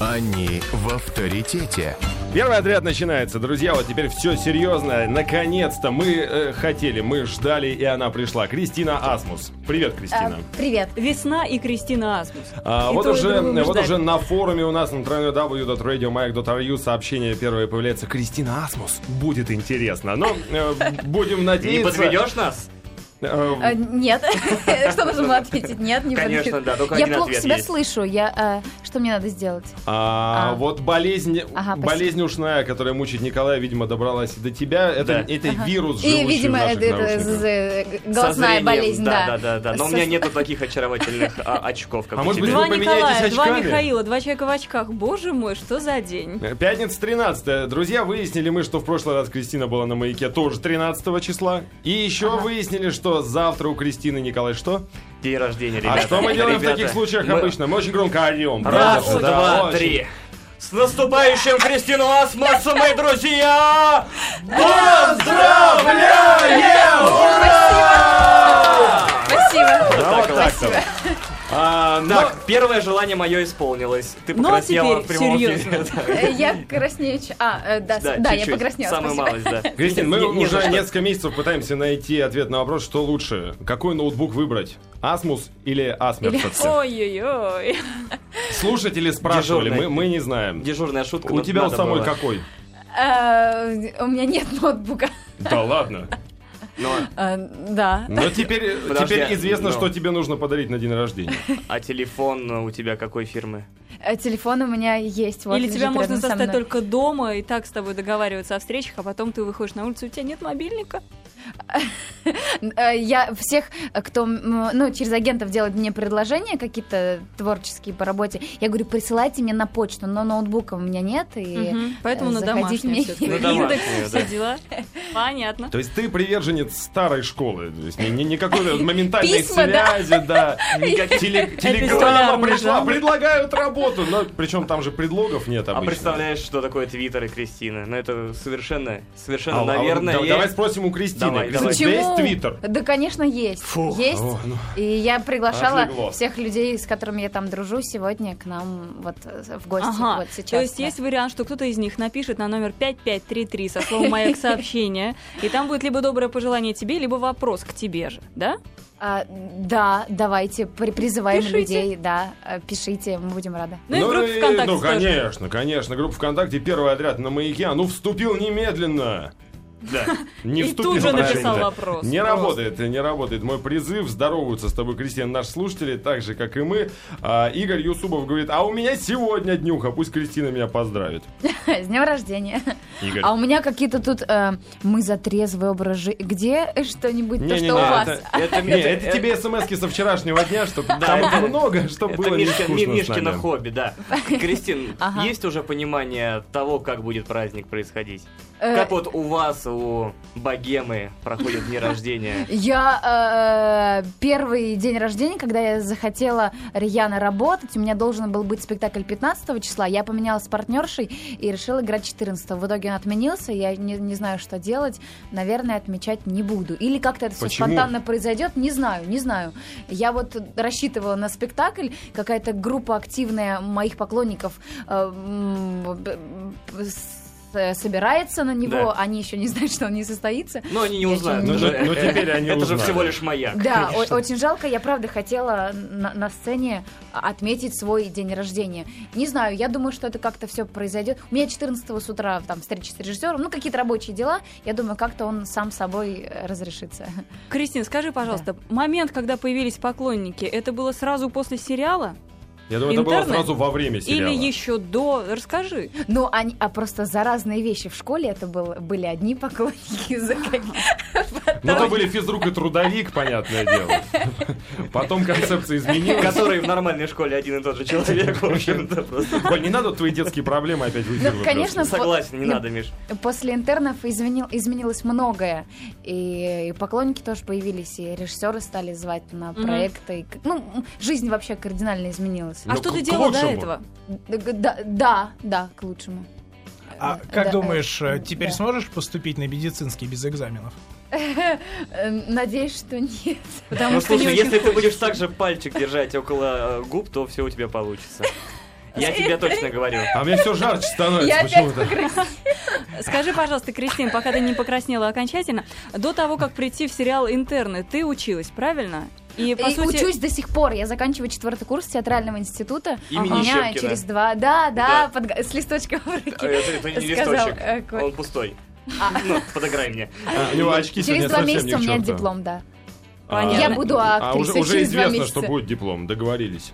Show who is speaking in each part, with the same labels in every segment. Speaker 1: Они в авторитете.
Speaker 2: Первый отряд начинается, друзья. Вот теперь все серьезно. Наконец-то мы э, хотели, мы ждали, и она пришла. Кристина Асмус. Привет, Кристина.
Speaker 3: А, Привет.
Speaker 4: Весна и Кристина Асмус.
Speaker 2: А,
Speaker 4: И
Speaker 2: вот
Speaker 4: то, и
Speaker 2: уже,
Speaker 4: другое мы
Speaker 2: вот
Speaker 4: ждали.
Speaker 2: уже на форуме у нас на www.radiomag.ru сообщение первое появляется. Кристина Асмус. Будет интересно. Но э, будем
Speaker 5: Не
Speaker 2: надеяться.
Speaker 5: подведешь нас?
Speaker 2: Э,
Speaker 3: Э, Нет. Что нужно было ответить? Нет, не
Speaker 5: Конечно,
Speaker 3: подведу.
Speaker 5: да, только
Speaker 3: Я
Speaker 5: один
Speaker 3: плохо
Speaker 5: ответ
Speaker 3: себя
Speaker 5: есть.
Speaker 3: слышу. Я э, что мне надо сделать?
Speaker 2: А,
Speaker 3: А.
Speaker 2: вот болезнь,
Speaker 3: Ага, спасибо.
Speaker 2: болезнь ушная, которая мучит Николая, видимо, добралась и до тебя. Это,
Speaker 5: Да.
Speaker 2: это вирус, живущий
Speaker 3: И, видимо,
Speaker 2: в наших
Speaker 3: это-
Speaker 2: наушниках.
Speaker 3: э, э,
Speaker 5: Со
Speaker 3: голосная
Speaker 5: зрением,
Speaker 3: болезнь,
Speaker 5: да.
Speaker 3: да.
Speaker 5: Да, да, да. Но у
Speaker 3: Со-
Speaker 5: меня нету таких очаровательных а, очков, как
Speaker 2: А
Speaker 5: у
Speaker 2: может быть,
Speaker 5: тебя.
Speaker 4: Два
Speaker 2: вы
Speaker 4: Николая,
Speaker 2: поменяетесь
Speaker 4: два
Speaker 2: очками?
Speaker 4: Михаила, два человека в очках. Боже мой, что за день?
Speaker 2: Пятница 13 Друзья, выяснили мы, что в прошлый раз Кристина была на маяке тоже 13 числа. И еще выяснили, что завтра у Кристины Николай что?
Speaker 5: День рождения,
Speaker 2: А
Speaker 5: ребята.
Speaker 2: что мы делаем в
Speaker 5: Ребята,
Speaker 2: таких случаях
Speaker 5: мы-
Speaker 2: обычно? Мы очень громко орем.
Speaker 5: Раз,
Speaker 2: правда же, да,
Speaker 5: два,
Speaker 2: очень.
Speaker 5: три. С наступающим Кристину Асмус, мои друзья!
Speaker 3: Спасибо.
Speaker 2: Да, вот так
Speaker 3: Спасибо.
Speaker 2: А, на-
Speaker 5: Так, первое желание мое исполнилось. Ты
Speaker 4: Ну, а
Speaker 5: покраснела в
Speaker 4: теперь
Speaker 5: прямом
Speaker 4: серьезно.
Speaker 5: эфире. Да.
Speaker 3: Э, Я краснею. ч- А, э, да, с- да, я
Speaker 5: чуть-чуть.
Speaker 3: покраснела.
Speaker 5: Самую
Speaker 3: спасибо.
Speaker 5: малость, да.
Speaker 2: Кристин, мы
Speaker 5: Не- не за
Speaker 2: уже
Speaker 5: что.
Speaker 2: несколько месяцев пытаемся найти ответ на вопрос, что лучше. Какой ноутбук выбрать? Асмус или Асмер?
Speaker 4: Ой-ой-ой.
Speaker 2: Слушатели спрашивали, мы,
Speaker 5: Дежурный.
Speaker 2: мы не знаем.
Speaker 5: Дежурная шутка.
Speaker 2: У
Speaker 5: но
Speaker 2: тебя у
Speaker 5: надо
Speaker 2: самой
Speaker 5: было.
Speaker 2: какой?
Speaker 3: Э, У меня нет ноутбука.
Speaker 2: Да ладно.
Speaker 5: Но,
Speaker 4: А,
Speaker 3: Э, Да.
Speaker 2: Но теперь,
Speaker 5: Подожди, Ну.
Speaker 2: теперь известно,
Speaker 5: но.
Speaker 2: что тебе нужно подарить на день рождения.
Speaker 5: а телефон у тебя какой фирмы?
Speaker 3: Э, Телефон у меня есть. вот
Speaker 4: Или
Speaker 3: лежит
Speaker 4: тебя можно
Speaker 3: рядом со
Speaker 4: застать
Speaker 3: мной.
Speaker 4: только дома и так с тобой договариваться о встречах, а потом ты выходишь на улицу, у тебя нет мобильника.
Speaker 3: Э, Я всех, э, кто м, ну, через агентов делает мне предложения какие-то творческие по работе, я говорю, присылайте мне на почту, но ноутбука у меня нет, и э,
Speaker 4: Мгм. Поэтому на
Speaker 3: заходить
Speaker 4: домашнее
Speaker 2: Ну,
Speaker 3: мне-
Speaker 4: всё-таки.
Speaker 5: На домашнее,
Speaker 4: Все
Speaker 5: да.
Speaker 4: дела. Понятно.
Speaker 2: То есть ты приверженец старой школы. То есть ни- ни- никакой моментальной
Speaker 3: Письма, да.
Speaker 2: связи, да.
Speaker 5: Никак-
Speaker 2: Теле- Телеграмма
Speaker 4: Эпистолярный
Speaker 2: пришла,
Speaker 4: жанр.
Speaker 2: предлагают работу. Но причем там же предлогов нет
Speaker 5: А
Speaker 2: обычно.
Speaker 5: представляешь, что такое Твиттер и Кристина? Ну это совершенно,
Speaker 2: А,
Speaker 5: совершенно,
Speaker 2: а,
Speaker 5: наверное,
Speaker 2: да-
Speaker 5: есть-
Speaker 2: Давай спросим у Кристины.
Speaker 5: Давай,
Speaker 2: Кристина, у
Speaker 5: давай.
Speaker 2: тебя есть
Speaker 3: Почему?
Speaker 2: твиттер?
Speaker 3: Да, конечно, есть.
Speaker 5: Фух.
Speaker 3: есть.
Speaker 2: О, ну.
Speaker 3: И я приглашала
Speaker 2: Отлегло.
Speaker 3: всех людей, с которыми я там дружу, сегодня к нам вот э, в гости.
Speaker 4: Ага,
Speaker 3: Вот сейчас.
Speaker 4: то есть
Speaker 3: да.
Speaker 4: есть вариант, что кто-то из них напишет на номер 5533 со словом «Маяк сообщение», и там будет либо доброе пожелание тебе, либо вопрос к тебе же, да?
Speaker 3: А, да, давайте при- призываем
Speaker 4: Пишите.
Speaker 3: людей, да, э, пишите, мы будем рады.
Speaker 4: Ну, и в группе ВКонтакте
Speaker 2: ну,
Speaker 4: тоже.
Speaker 2: конечно, конечно. Группа ВКонтакте, первый отряд на маяке. А ну, вступил немедленно.
Speaker 5: Да.
Speaker 2: Не
Speaker 4: И
Speaker 2: вступил,
Speaker 4: тут же
Speaker 2: правильно.
Speaker 4: написал вопрос. Ну.
Speaker 2: Не
Speaker 4: Просто.
Speaker 2: работает, не работает. Мой призыв здороваются с тобой, Кристина, наши слушатели, так же, как и мы. А, Игорь Юсубов говорит, а у меня сегодня днюха, пусть Кристина меня поздравит.
Speaker 3: С днем рождения.
Speaker 2: Игорь.
Speaker 3: А у меня какие-то тут э, мы за трезвый образ жизни. Где что-нибудь, то,
Speaker 2: Не-не-не, а
Speaker 3: что у вас?
Speaker 2: это, это, не, это тебе смс со вчерашнего дня, чтобы там
Speaker 5: это-
Speaker 2: их много, чтобы
Speaker 5: Это
Speaker 2: было не
Speaker 5: Мишка- Ми-
Speaker 2: скучно с
Speaker 5: Мишкино
Speaker 2: нами.
Speaker 5: хобби, да. Кристин,
Speaker 3: Ага.
Speaker 5: есть уже понимание того, как будет праздник происходить?
Speaker 3: Э,
Speaker 5: Как вот у вас, у богемы, проходит дни рождения?
Speaker 3: Я э, первый день рождения, когда я захотела рьяно работать, у меня должен был быть спектакль 15 числа, я поменялась с партнершей и решила играть 14 В итоге он отменился, я не, не знаю, что делать, наверное, отмечать не буду. Или как-то это все
Speaker 2: Почему?
Speaker 3: спонтанно произойдет, не знаю, не знаю. Я вот рассчитывала на спектакль, какая-то группа активная моих поклонников э, м, б- б- с- э, собирается на него,
Speaker 5: Да.
Speaker 3: они еще не знают, что он не состоится.
Speaker 5: Но они не
Speaker 3: Я
Speaker 5: узнают.
Speaker 3: чё-то
Speaker 5: это
Speaker 2: не
Speaker 5: же-
Speaker 2: Ну, ну, теперь они
Speaker 5: Это же
Speaker 2: узнали.
Speaker 5: всего лишь маяк.
Speaker 3: Да, о- очень жалко, я правда хотела на, на сцене отметить свой день рождения. Не знаю, я думаю, что это как-то все произойдет. У меня 14 с утра там встреча с режиссером, ну какие-то рабочие дела. Я думаю, как-то он сам собой э, разрешится.
Speaker 4: Кристин, скажи, пожалуйста, момент, когда появились поклонники, это было сразу после сериала
Speaker 2: Я думаю, это было
Speaker 4: Интернет?
Speaker 2: сразу во время сериала.
Speaker 4: или еще до? Расскажи.
Speaker 3: Ну, они, а просто за разные вещи в школе это был, были одни поклонники за
Speaker 2: Ну, это были физрук и трудовик, понятное дело. Потом концепция изменилась.
Speaker 5: Который в нормальной школе один и тот же человек, в общем-то, просто.
Speaker 2: Коль, не надо твои детские проблемы опять в эфир
Speaker 3: Ну,
Speaker 2: выбрасывать.
Speaker 3: конечно, по-
Speaker 5: Согласен, не
Speaker 3: ну,
Speaker 5: надо, Миш.
Speaker 3: После интернов изменил, изменилось многое. И, и поклонники тоже появились, и режиссеры стали звать на
Speaker 4: Мгм.
Speaker 3: проекты. И к- Ну, м, жизнь вообще кардинально изменилась.
Speaker 4: А
Speaker 2: Ну,
Speaker 4: что
Speaker 2: к-
Speaker 4: ты
Speaker 2: к
Speaker 4: делал до
Speaker 2: лучшему.
Speaker 4: этого?
Speaker 3: Д- г- Да, да, да, к лучшему.
Speaker 6: А
Speaker 3: Э,
Speaker 6: как
Speaker 3: да,
Speaker 6: думаешь, э, теперь
Speaker 3: да.
Speaker 6: сможешь поступить на медицинский без экзаменов?
Speaker 3: Э, Надеюсь, что нет.
Speaker 4: Потому
Speaker 5: Ну
Speaker 4: что не
Speaker 5: слушай,
Speaker 4: очень
Speaker 5: если ты
Speaker 4: хочется.
Speaker 5: будешь так же пальчик держать около э, губ, то все у тебя получится. Я тебе точно говорю.
Speaker 2: А мне все жарче становится
Speaker 3: Я опять
Speaker 2: почему-то.
Speaker 4: Скажи, пожалуйста, Кристин, пока ты не покраснела окончательно, до того, как прийти в сериал «Интерны», ты училась, правильно? И, по
Speaker 3: И
Speaker 4: сути,
Speaker 3: учусь до сих пор. Я заканчиваю четвертый курс театрального института.
Speaker 5: Имени
Speaker 3: У меня
Speaker 5: Щепкина.
Speaker 3: через два... Да, да,
Speaker 5: Да.
Speaker 3: подга- с листочком в
Speaker 5: Э,
Speaker 3: руке.
Speaker 5: Это это не
Speaker 3: Сказал,
Speaker 5: листочек,
Speaker 3: э, А. Коль.
Speaker 5: он пустой. Ну, подыграй мне.
Speaker 2: А, У него очки
Speaker 3: Через
Speaker 2: сегодня
Speaker 3: два
Speaker 2: совсем
Speaker 3: месяца у
Speaker 2: ни к
Speaker 3: меня
Speaker 2: черту.
Speaker 3: диплом, да.
Speaker 2: А,
Speaker 4: Я
Speaker 3: буду
Speaker 2: А уже,
Speaker 3: актрисой
Speaker 2: уже
Speaker 3: через два
Speaker 2: известно,
Speaker 3: месяца.
Speaker 2: что будет диплом, договорились.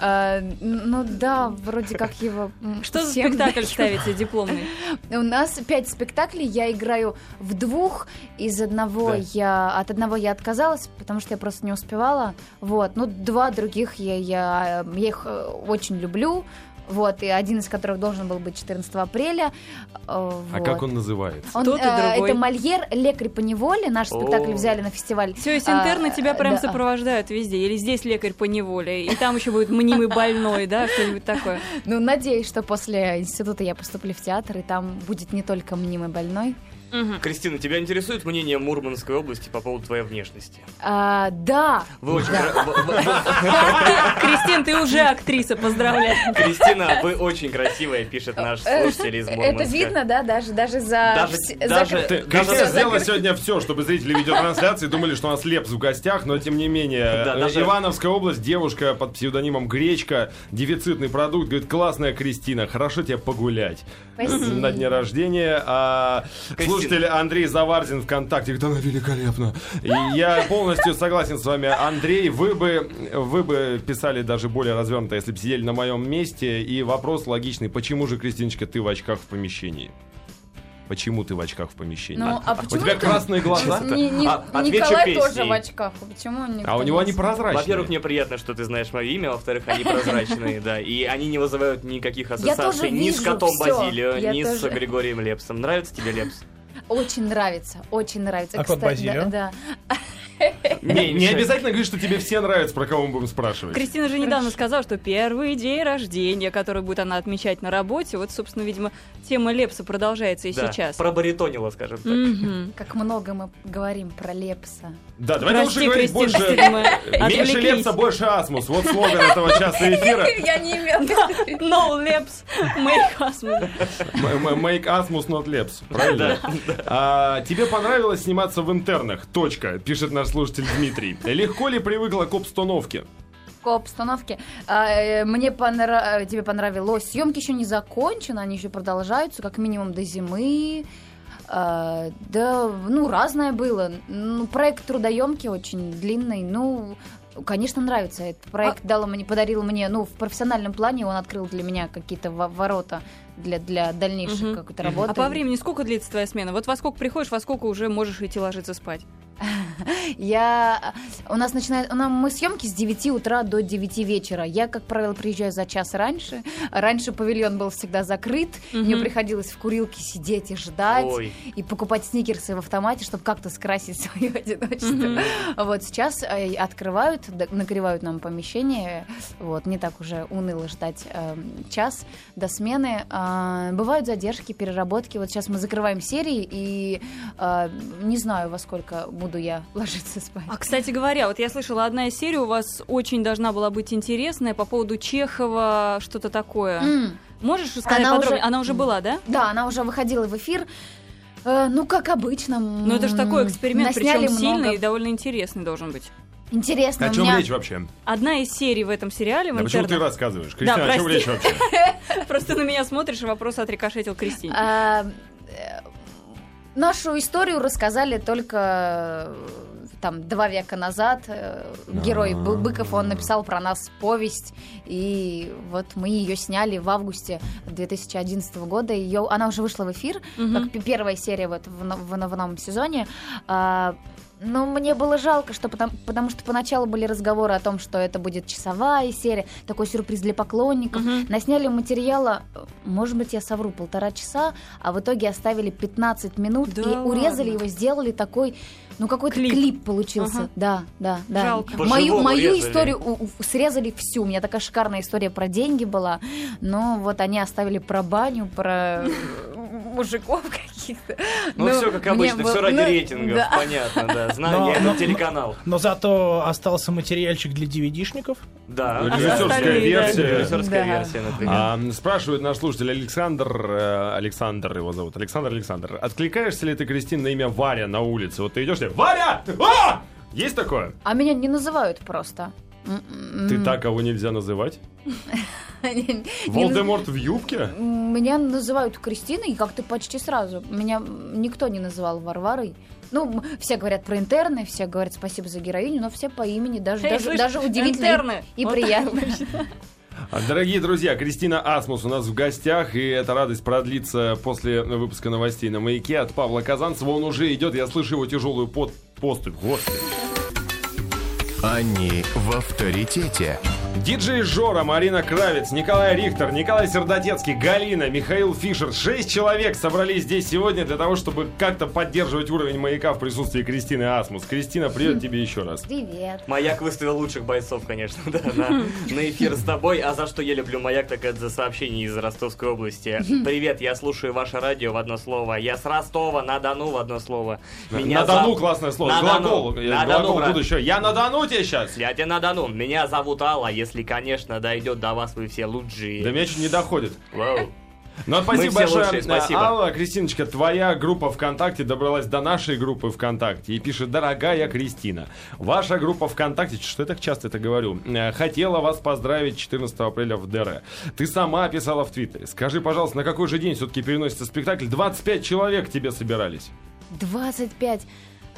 Speaker 3: Э, Ну да, вроде как его... м,
Speaker 4: что за
Speaker 3: всем
Speaker 4: спектакль
Speaker 3: даю.
Speaker 4: ставите дипломный?
Speaker 3: У нас пять спектаклей, я играю в двух, из одного
Speaker 5: Да.
Speaker 3: я от одного я отказалась, потому что я просто не успевала, вот, ну два других я я, э, я их э, очень люблю, вот, и один из которых должен был быть 14 апреля, Э,
Speaker 2: А как он называется?
Speaker 4: Кто ты другой?
Speaker 3: Это Мольер, лекарь по неволе, наш спектакль
Speaker 5: О.
Speaker 3: взяли на фестиваль.
Speaker 4: Все, есть интерны
Speaker 3: А,
Speaker 4: тебя прям
Speaker 3: да.
Speaker 4: сопровождают везде. Или здесь лекарь по неволе, и там еще будет мнимый больной, да, что-нибудь такое.
Speaker 3: Ну, надеюсь, что после института я поступлю в театр, и там будет не только мнимый больной.
Speaker 5: Кристина, тебя интересует мнение Мурманской области по поводу твоей внешности?
Speaker 3: А, да,
Speaker 5: Вы очень кра- в- в-
Speaker 4: Кристин, ты уже актриса, поздравляю.
Speaker 5: в- Кристина, вы очень красивая, пишет наш слушатель из Мурманска.
Speaker 3: Э, это видно, да, даже, даже за...
Speaker 5: Даже-
Speaker 3: вс- за
Speaker 5: даже-
Speaker 3: кр-
Speaker 2: Ты,
Speaker 5: Даже
Speaker 2: Кристина
Speaker 5: за-
Speaker 2: сделала сегодня все, чтобы зрители видеотрансляции думали, что у нас Лепс в гостях, но тем не менее.
Speaker 5: Да,
Speaker 2: э,
Speaker 5: даже-
Speaker 2: Ивановская область, девушка под псевдонимом Гречка, дефицитный продукт, говорит, классная Кристина, хорошо тебе погулять.
Speaker 3: Спасибо.
Speaker 2: На дне рождения. А,
Speaker 5: Кристина.
Speaker 2: слушатель Андрей Заварзин ВКонтакте, говорит, она великолепна. И я полностью согласен с вами, Андрей, вы бы, вы бы писали даже более развернуто, если бы сидели на моем месте. И вопрос логичный, почему же, Кристиночка, ты в очках в помещении? Почему ты в очках в помещении?
Speaker 3: Ну, а
Speaker 2: У
Speaker 3: почему
Speaker 2: тебя
Speaker 3: ты-
Speaker 2: красные глаза,
Speaker 3: Ни- ни-
Speaker 5: А- отвечу
Speaker 3: Николай
Speaker 5: песней.
Speaker 3: тоже в очках. Почему он никто
Speaker 2: а у него
Speaker 3: не
Speaker 2: они
Speaker 3: знает?
Speaker 2: прозрачные.
Speaker 5: Во-первых, мне приятно, что ты знаешь мое имя, во-вторых, они прозрачные, да, и они не вызывают никаких
Speaker 3: тоже
Speaker 5: ассоциаций ни с
Speaker 3: вижу
Speaker 5: котом
Speaker 3: всё.
Speaker 5: Базилио,
Speaker 3: Я
Speaker 5: ни с
Speaker 3: тоже.
Speaker 5: Григорием Лепсом. Нравится тебе Лепс?
Speaker 3: Очень нравится, очень нравится.
Speaker 6: А кот
Speaker 3: Кстати,
Speaker 6: Базилио?
Speaker 3: Да, да.
Speaker 2: Не, не обязательно говорить, что тебе все нравятся, про кого мы будем спрашивать.
Speaker 4: Кристина же недавно сказала, что первый день рождения, который будет она отмечать на работе, вот, собственно, видимо, тема Лепса продолжается и
Speaker 5: Да,
Speaker 4: сейчас.
Speaker 5: пробаритонила, скажем так.
Speaker 4: Мгм.
Speaker 3: Как много мы говорим про Лепса.
Speaker 2: Да, давайте
Speaker 4: Прости,
Speaker 2: лучше говорить
Speaker 4: Кристина,
Speaker 2: больше...
Speaker 4: что мы
Speaker 2: Меньше
Speaker 4: отвлеклись.
Speaker 2: лепса, больше асмус. Вот слоган этого часа эфира.
Speaker 3: Я не имела.
Speaker 4: No Leps, make us move.
Speaker 2: М- м- Make asmus not leps. Правильно? А, Тебе понравилось сниматься в интернах? Точка. Пишет наш слушатель Дмитрий. Легко ли привыкла к обстановке?
Speaker 3: По обстановке. А, э, Мне понра- э, тебе понравилось. Съемки еще не закончены, они еще продолжаются, как минимум до зимы. А, Да, ну, разное было. Ну, проект трудоемкий, очень длинный. Ну, конечно, нравится. Этот проект дал мне, подарил мне, ну, в профессиональном плане он открыл для меня какие-то во- ворота для, для дальнейших
Speaker 4: Мгм.
Speaker 3: какой-то
Speaker 5: Мгм.
Speaker 3: работы.
Speaker 4: А по времени сколько длится твоя смена? Вот во сколько приходишь, во сколько уже можешь идти ложиться спать?
Speaker 3: Я... У нас начинает... У нас мы съемки с 9 утра до 9 вечера. Я, как правило, приезжаю за час раньше. Раньше павильон был всегда закрыт.
Speaker 4: Мгм.
Speaker 3: Мне приходилось в курилке сидеть и ждать.
Speaker 5: Ой,
Speaker 3: И покупать сникерсы в автомате, чтобы как-то скрасить свое одиночество.
Speaker 4: Мгм.
Speaker 3: Вот сейчас э, открывают, д- нагревают нам помещение. Вот, не так уже уныло ждать э, час до смены. А, бывают задержки, переработки. Вот сейчас мы закрываем серии, и э, не знаю, во сколько буду я ложиться спать.
Speaker 4: А, кстати говоря, вот я слышала, одна из серий у вас очень должна была быть интересная по поводу Чехова, что-то такое.
Speaker 3: М,
Speaker 4: Можешь сказать
Speaker 3: Она
Speaker 4: подробнее?
Speaker 3: уже-
Speaker 4: Она уже
Speaker 3: М.
Speaker 4: была, да?
Speaker 3: Да, она уже выходила в эфир. Э, ну, как обычно.
Speaker 4: Ну это же такой эксперимент, причем сильный и
Speaker 3: сильный.
Speaker 4: довольно интересный должен быть.
Speaker 3: Интересно,
Speaker 2: О
Speaker 3: у
Speaker 2: чем
Speaker 3: меня...
Speaker 2: речь вообще?
Speaker 4: Одна из серий в этом сериале, в
Speaker 2: Да почему ты
Speaker 4: интернете.
Speaker 2: рассказываешь? Кристина, о чем
Speaker 4: прости.
Speaker 2: речь вообще?
Speaker 4: Просто на меня смотришь, и вопрос отрикошетил Кристине.
Speaker 3: А, э, Нашу историю рассказали только э, там два века назад. Э, Герой Бы- Быков, он написал про нас повесть, и вот мы ее сняли в августе 2011 года. Ее, она уже вышла в эфир,
Speaker 4: Мгм.
Speaker 3: как п- первая серия вот в, но- в, но- в новом сезоне. А, но мне было жалко, что потом- потому что поначалу были разговоры о том, что это будет часовая серия, такой сюрприз для поклонников.
Speaker 4: Мгм.
Speaker 3: Насняли материала, э, может быть, я совру, полтора часа, а в итоге оставили 15 минут
Speaker 4: Да
Speaker 3: и урезали
Speaker 4: ладно?
Speaker 3: его, сделали такой, ну какой-то
Speaker 4: Клип.
Speaker 3: клип, получился.
Speaker 4: Ага.
Speaker 3: Да, да, да.
Speaker 4: Жалко.
Speaker 5: По-живому
Speaker 3: Мою, мою
Speaker 5: резали.
Speaker 3: историю у- у- срезали всю. У меня такая шикарная история про деньги была, но вот они оставили про баню, про э, мужиков каких
Speaker 4: чисто.
Speaker 5: Ну, все как
Speaker 4: мне
Speaker 5: обычно,
Speaker 4: было-
Speaker 5: все ради
Speaker 4: ну,
Speaker 5: рейтингов,
Speaker 4: да.
Speaker 5: понятно, да. Знаю
Speaker 6: Но-
Speaker 5: я
Speaker 6: но-
Speaker 5: этот телеканал.
Speaker 6: Но зато остался материальчик для DVD-шников.
Speaker 5: Да.
Speaker 2: Режиссерская
Speaker 4: Остальные,
Speaker 2: версия.
Speaker 5: Режиссерская
Speaker 4: Да.
Speaker 5: версия, например.
Speaker 2: А, спрашивает наш слушатель Александр, э, Александр его зовут, Александр Александр, откликаешься ли ты, Кристин, на имя Варя на улице? Вот ты идешь, тебе, Варя! А! Есть такое?
Speaker 3: А меня не называют просто. М-м-м.
Speaker 2: Ты так, кого нельзя называть?
Speaker 3: Не- не
Speaker 2: Волдеморт в юбке?
Speaker 3: наз- Меня называют Кристиной как-то почти сразу. Меня никто не называл Варварой. Ну, м, все говорят про интерны, все говорят спасибо за героиню, но все по имени даже,
Speaker 4: Эй,
Speaker 3: даже,
Speaker 4: слышь,
Speaker 3: даже удивительно и-
Speaker 4: интерны.
Speaker 3: и
Speaker 4: Вот
Speaker 3: приятно.
Speaker 2: А, Дорогие друзья, Кристина Асмус у нас в гостях, и эта радость продлится после выпуска новостей на маяке от Павла Казанцева. Он уже идет, я слышу его тяжелую под поступь. Господи.
Speaker 1: Они в авторитете.
Speaker 2: Диджей Жора, Марина Кравец, Николай Рихтер, Николай Сердотецкий, Галина, Михаил Фишер. Шесть человек собрались здесь сегодня для того, чтобы как-то поддерживать уровень маяка в присутствии Кристины Асмус. Кристина, привет тебе еще раз.
Speaker 3: Привет.
Speaker 5: Маяк выставил лучших бойцов, конечно, да, на, на эфир с тобой. А за что я люблю Маяк, так это за сообщение из Ростовской области. Привет, я слушаю ваше радио в одно слово. Я с Ростова, на Дону в одно слово.
Speaker 2: на
Speaker 5: зов-
Speaker 2: Дону классное слово.
Speaker 5: На
Speaker 2: глагол.
Speaker 5: Дону.
Speaker 2: Я
Speaker 5: На
Speaker 2: глагол
Speaker 5: Дону, брат.
Speaker 2: буду еще. Я на Дону тебе сейчас.
Speaker 5: Я тебе на Дону. Меня зовут Алла, если, конечно, дойдет до вас вы все лучшие.
Speaker 2: До меня чуть не доходит.
Speaker 5: Вау.
Speaker 2: Ну, спасибо
Speaker 5: все
Speaker 2: большое,
Speaker 5: лучшие, спасибо.
Speaker 2: э, Алла. Кристиночка, твоя группа ВКонтакте добралась до нашей группы ВКонтакте и пишет, дорогая Кристина, ваша группа ВКонтакте, что я так часто это говорю, э, хотела вас поздравить 14 апреля в ДР. Ты сама писала в Твиттере. Скажи, пожалуйста, на какой же день все-таки переносится спектакль? 25 человек к тебе собирались.
Speaker 3: 25.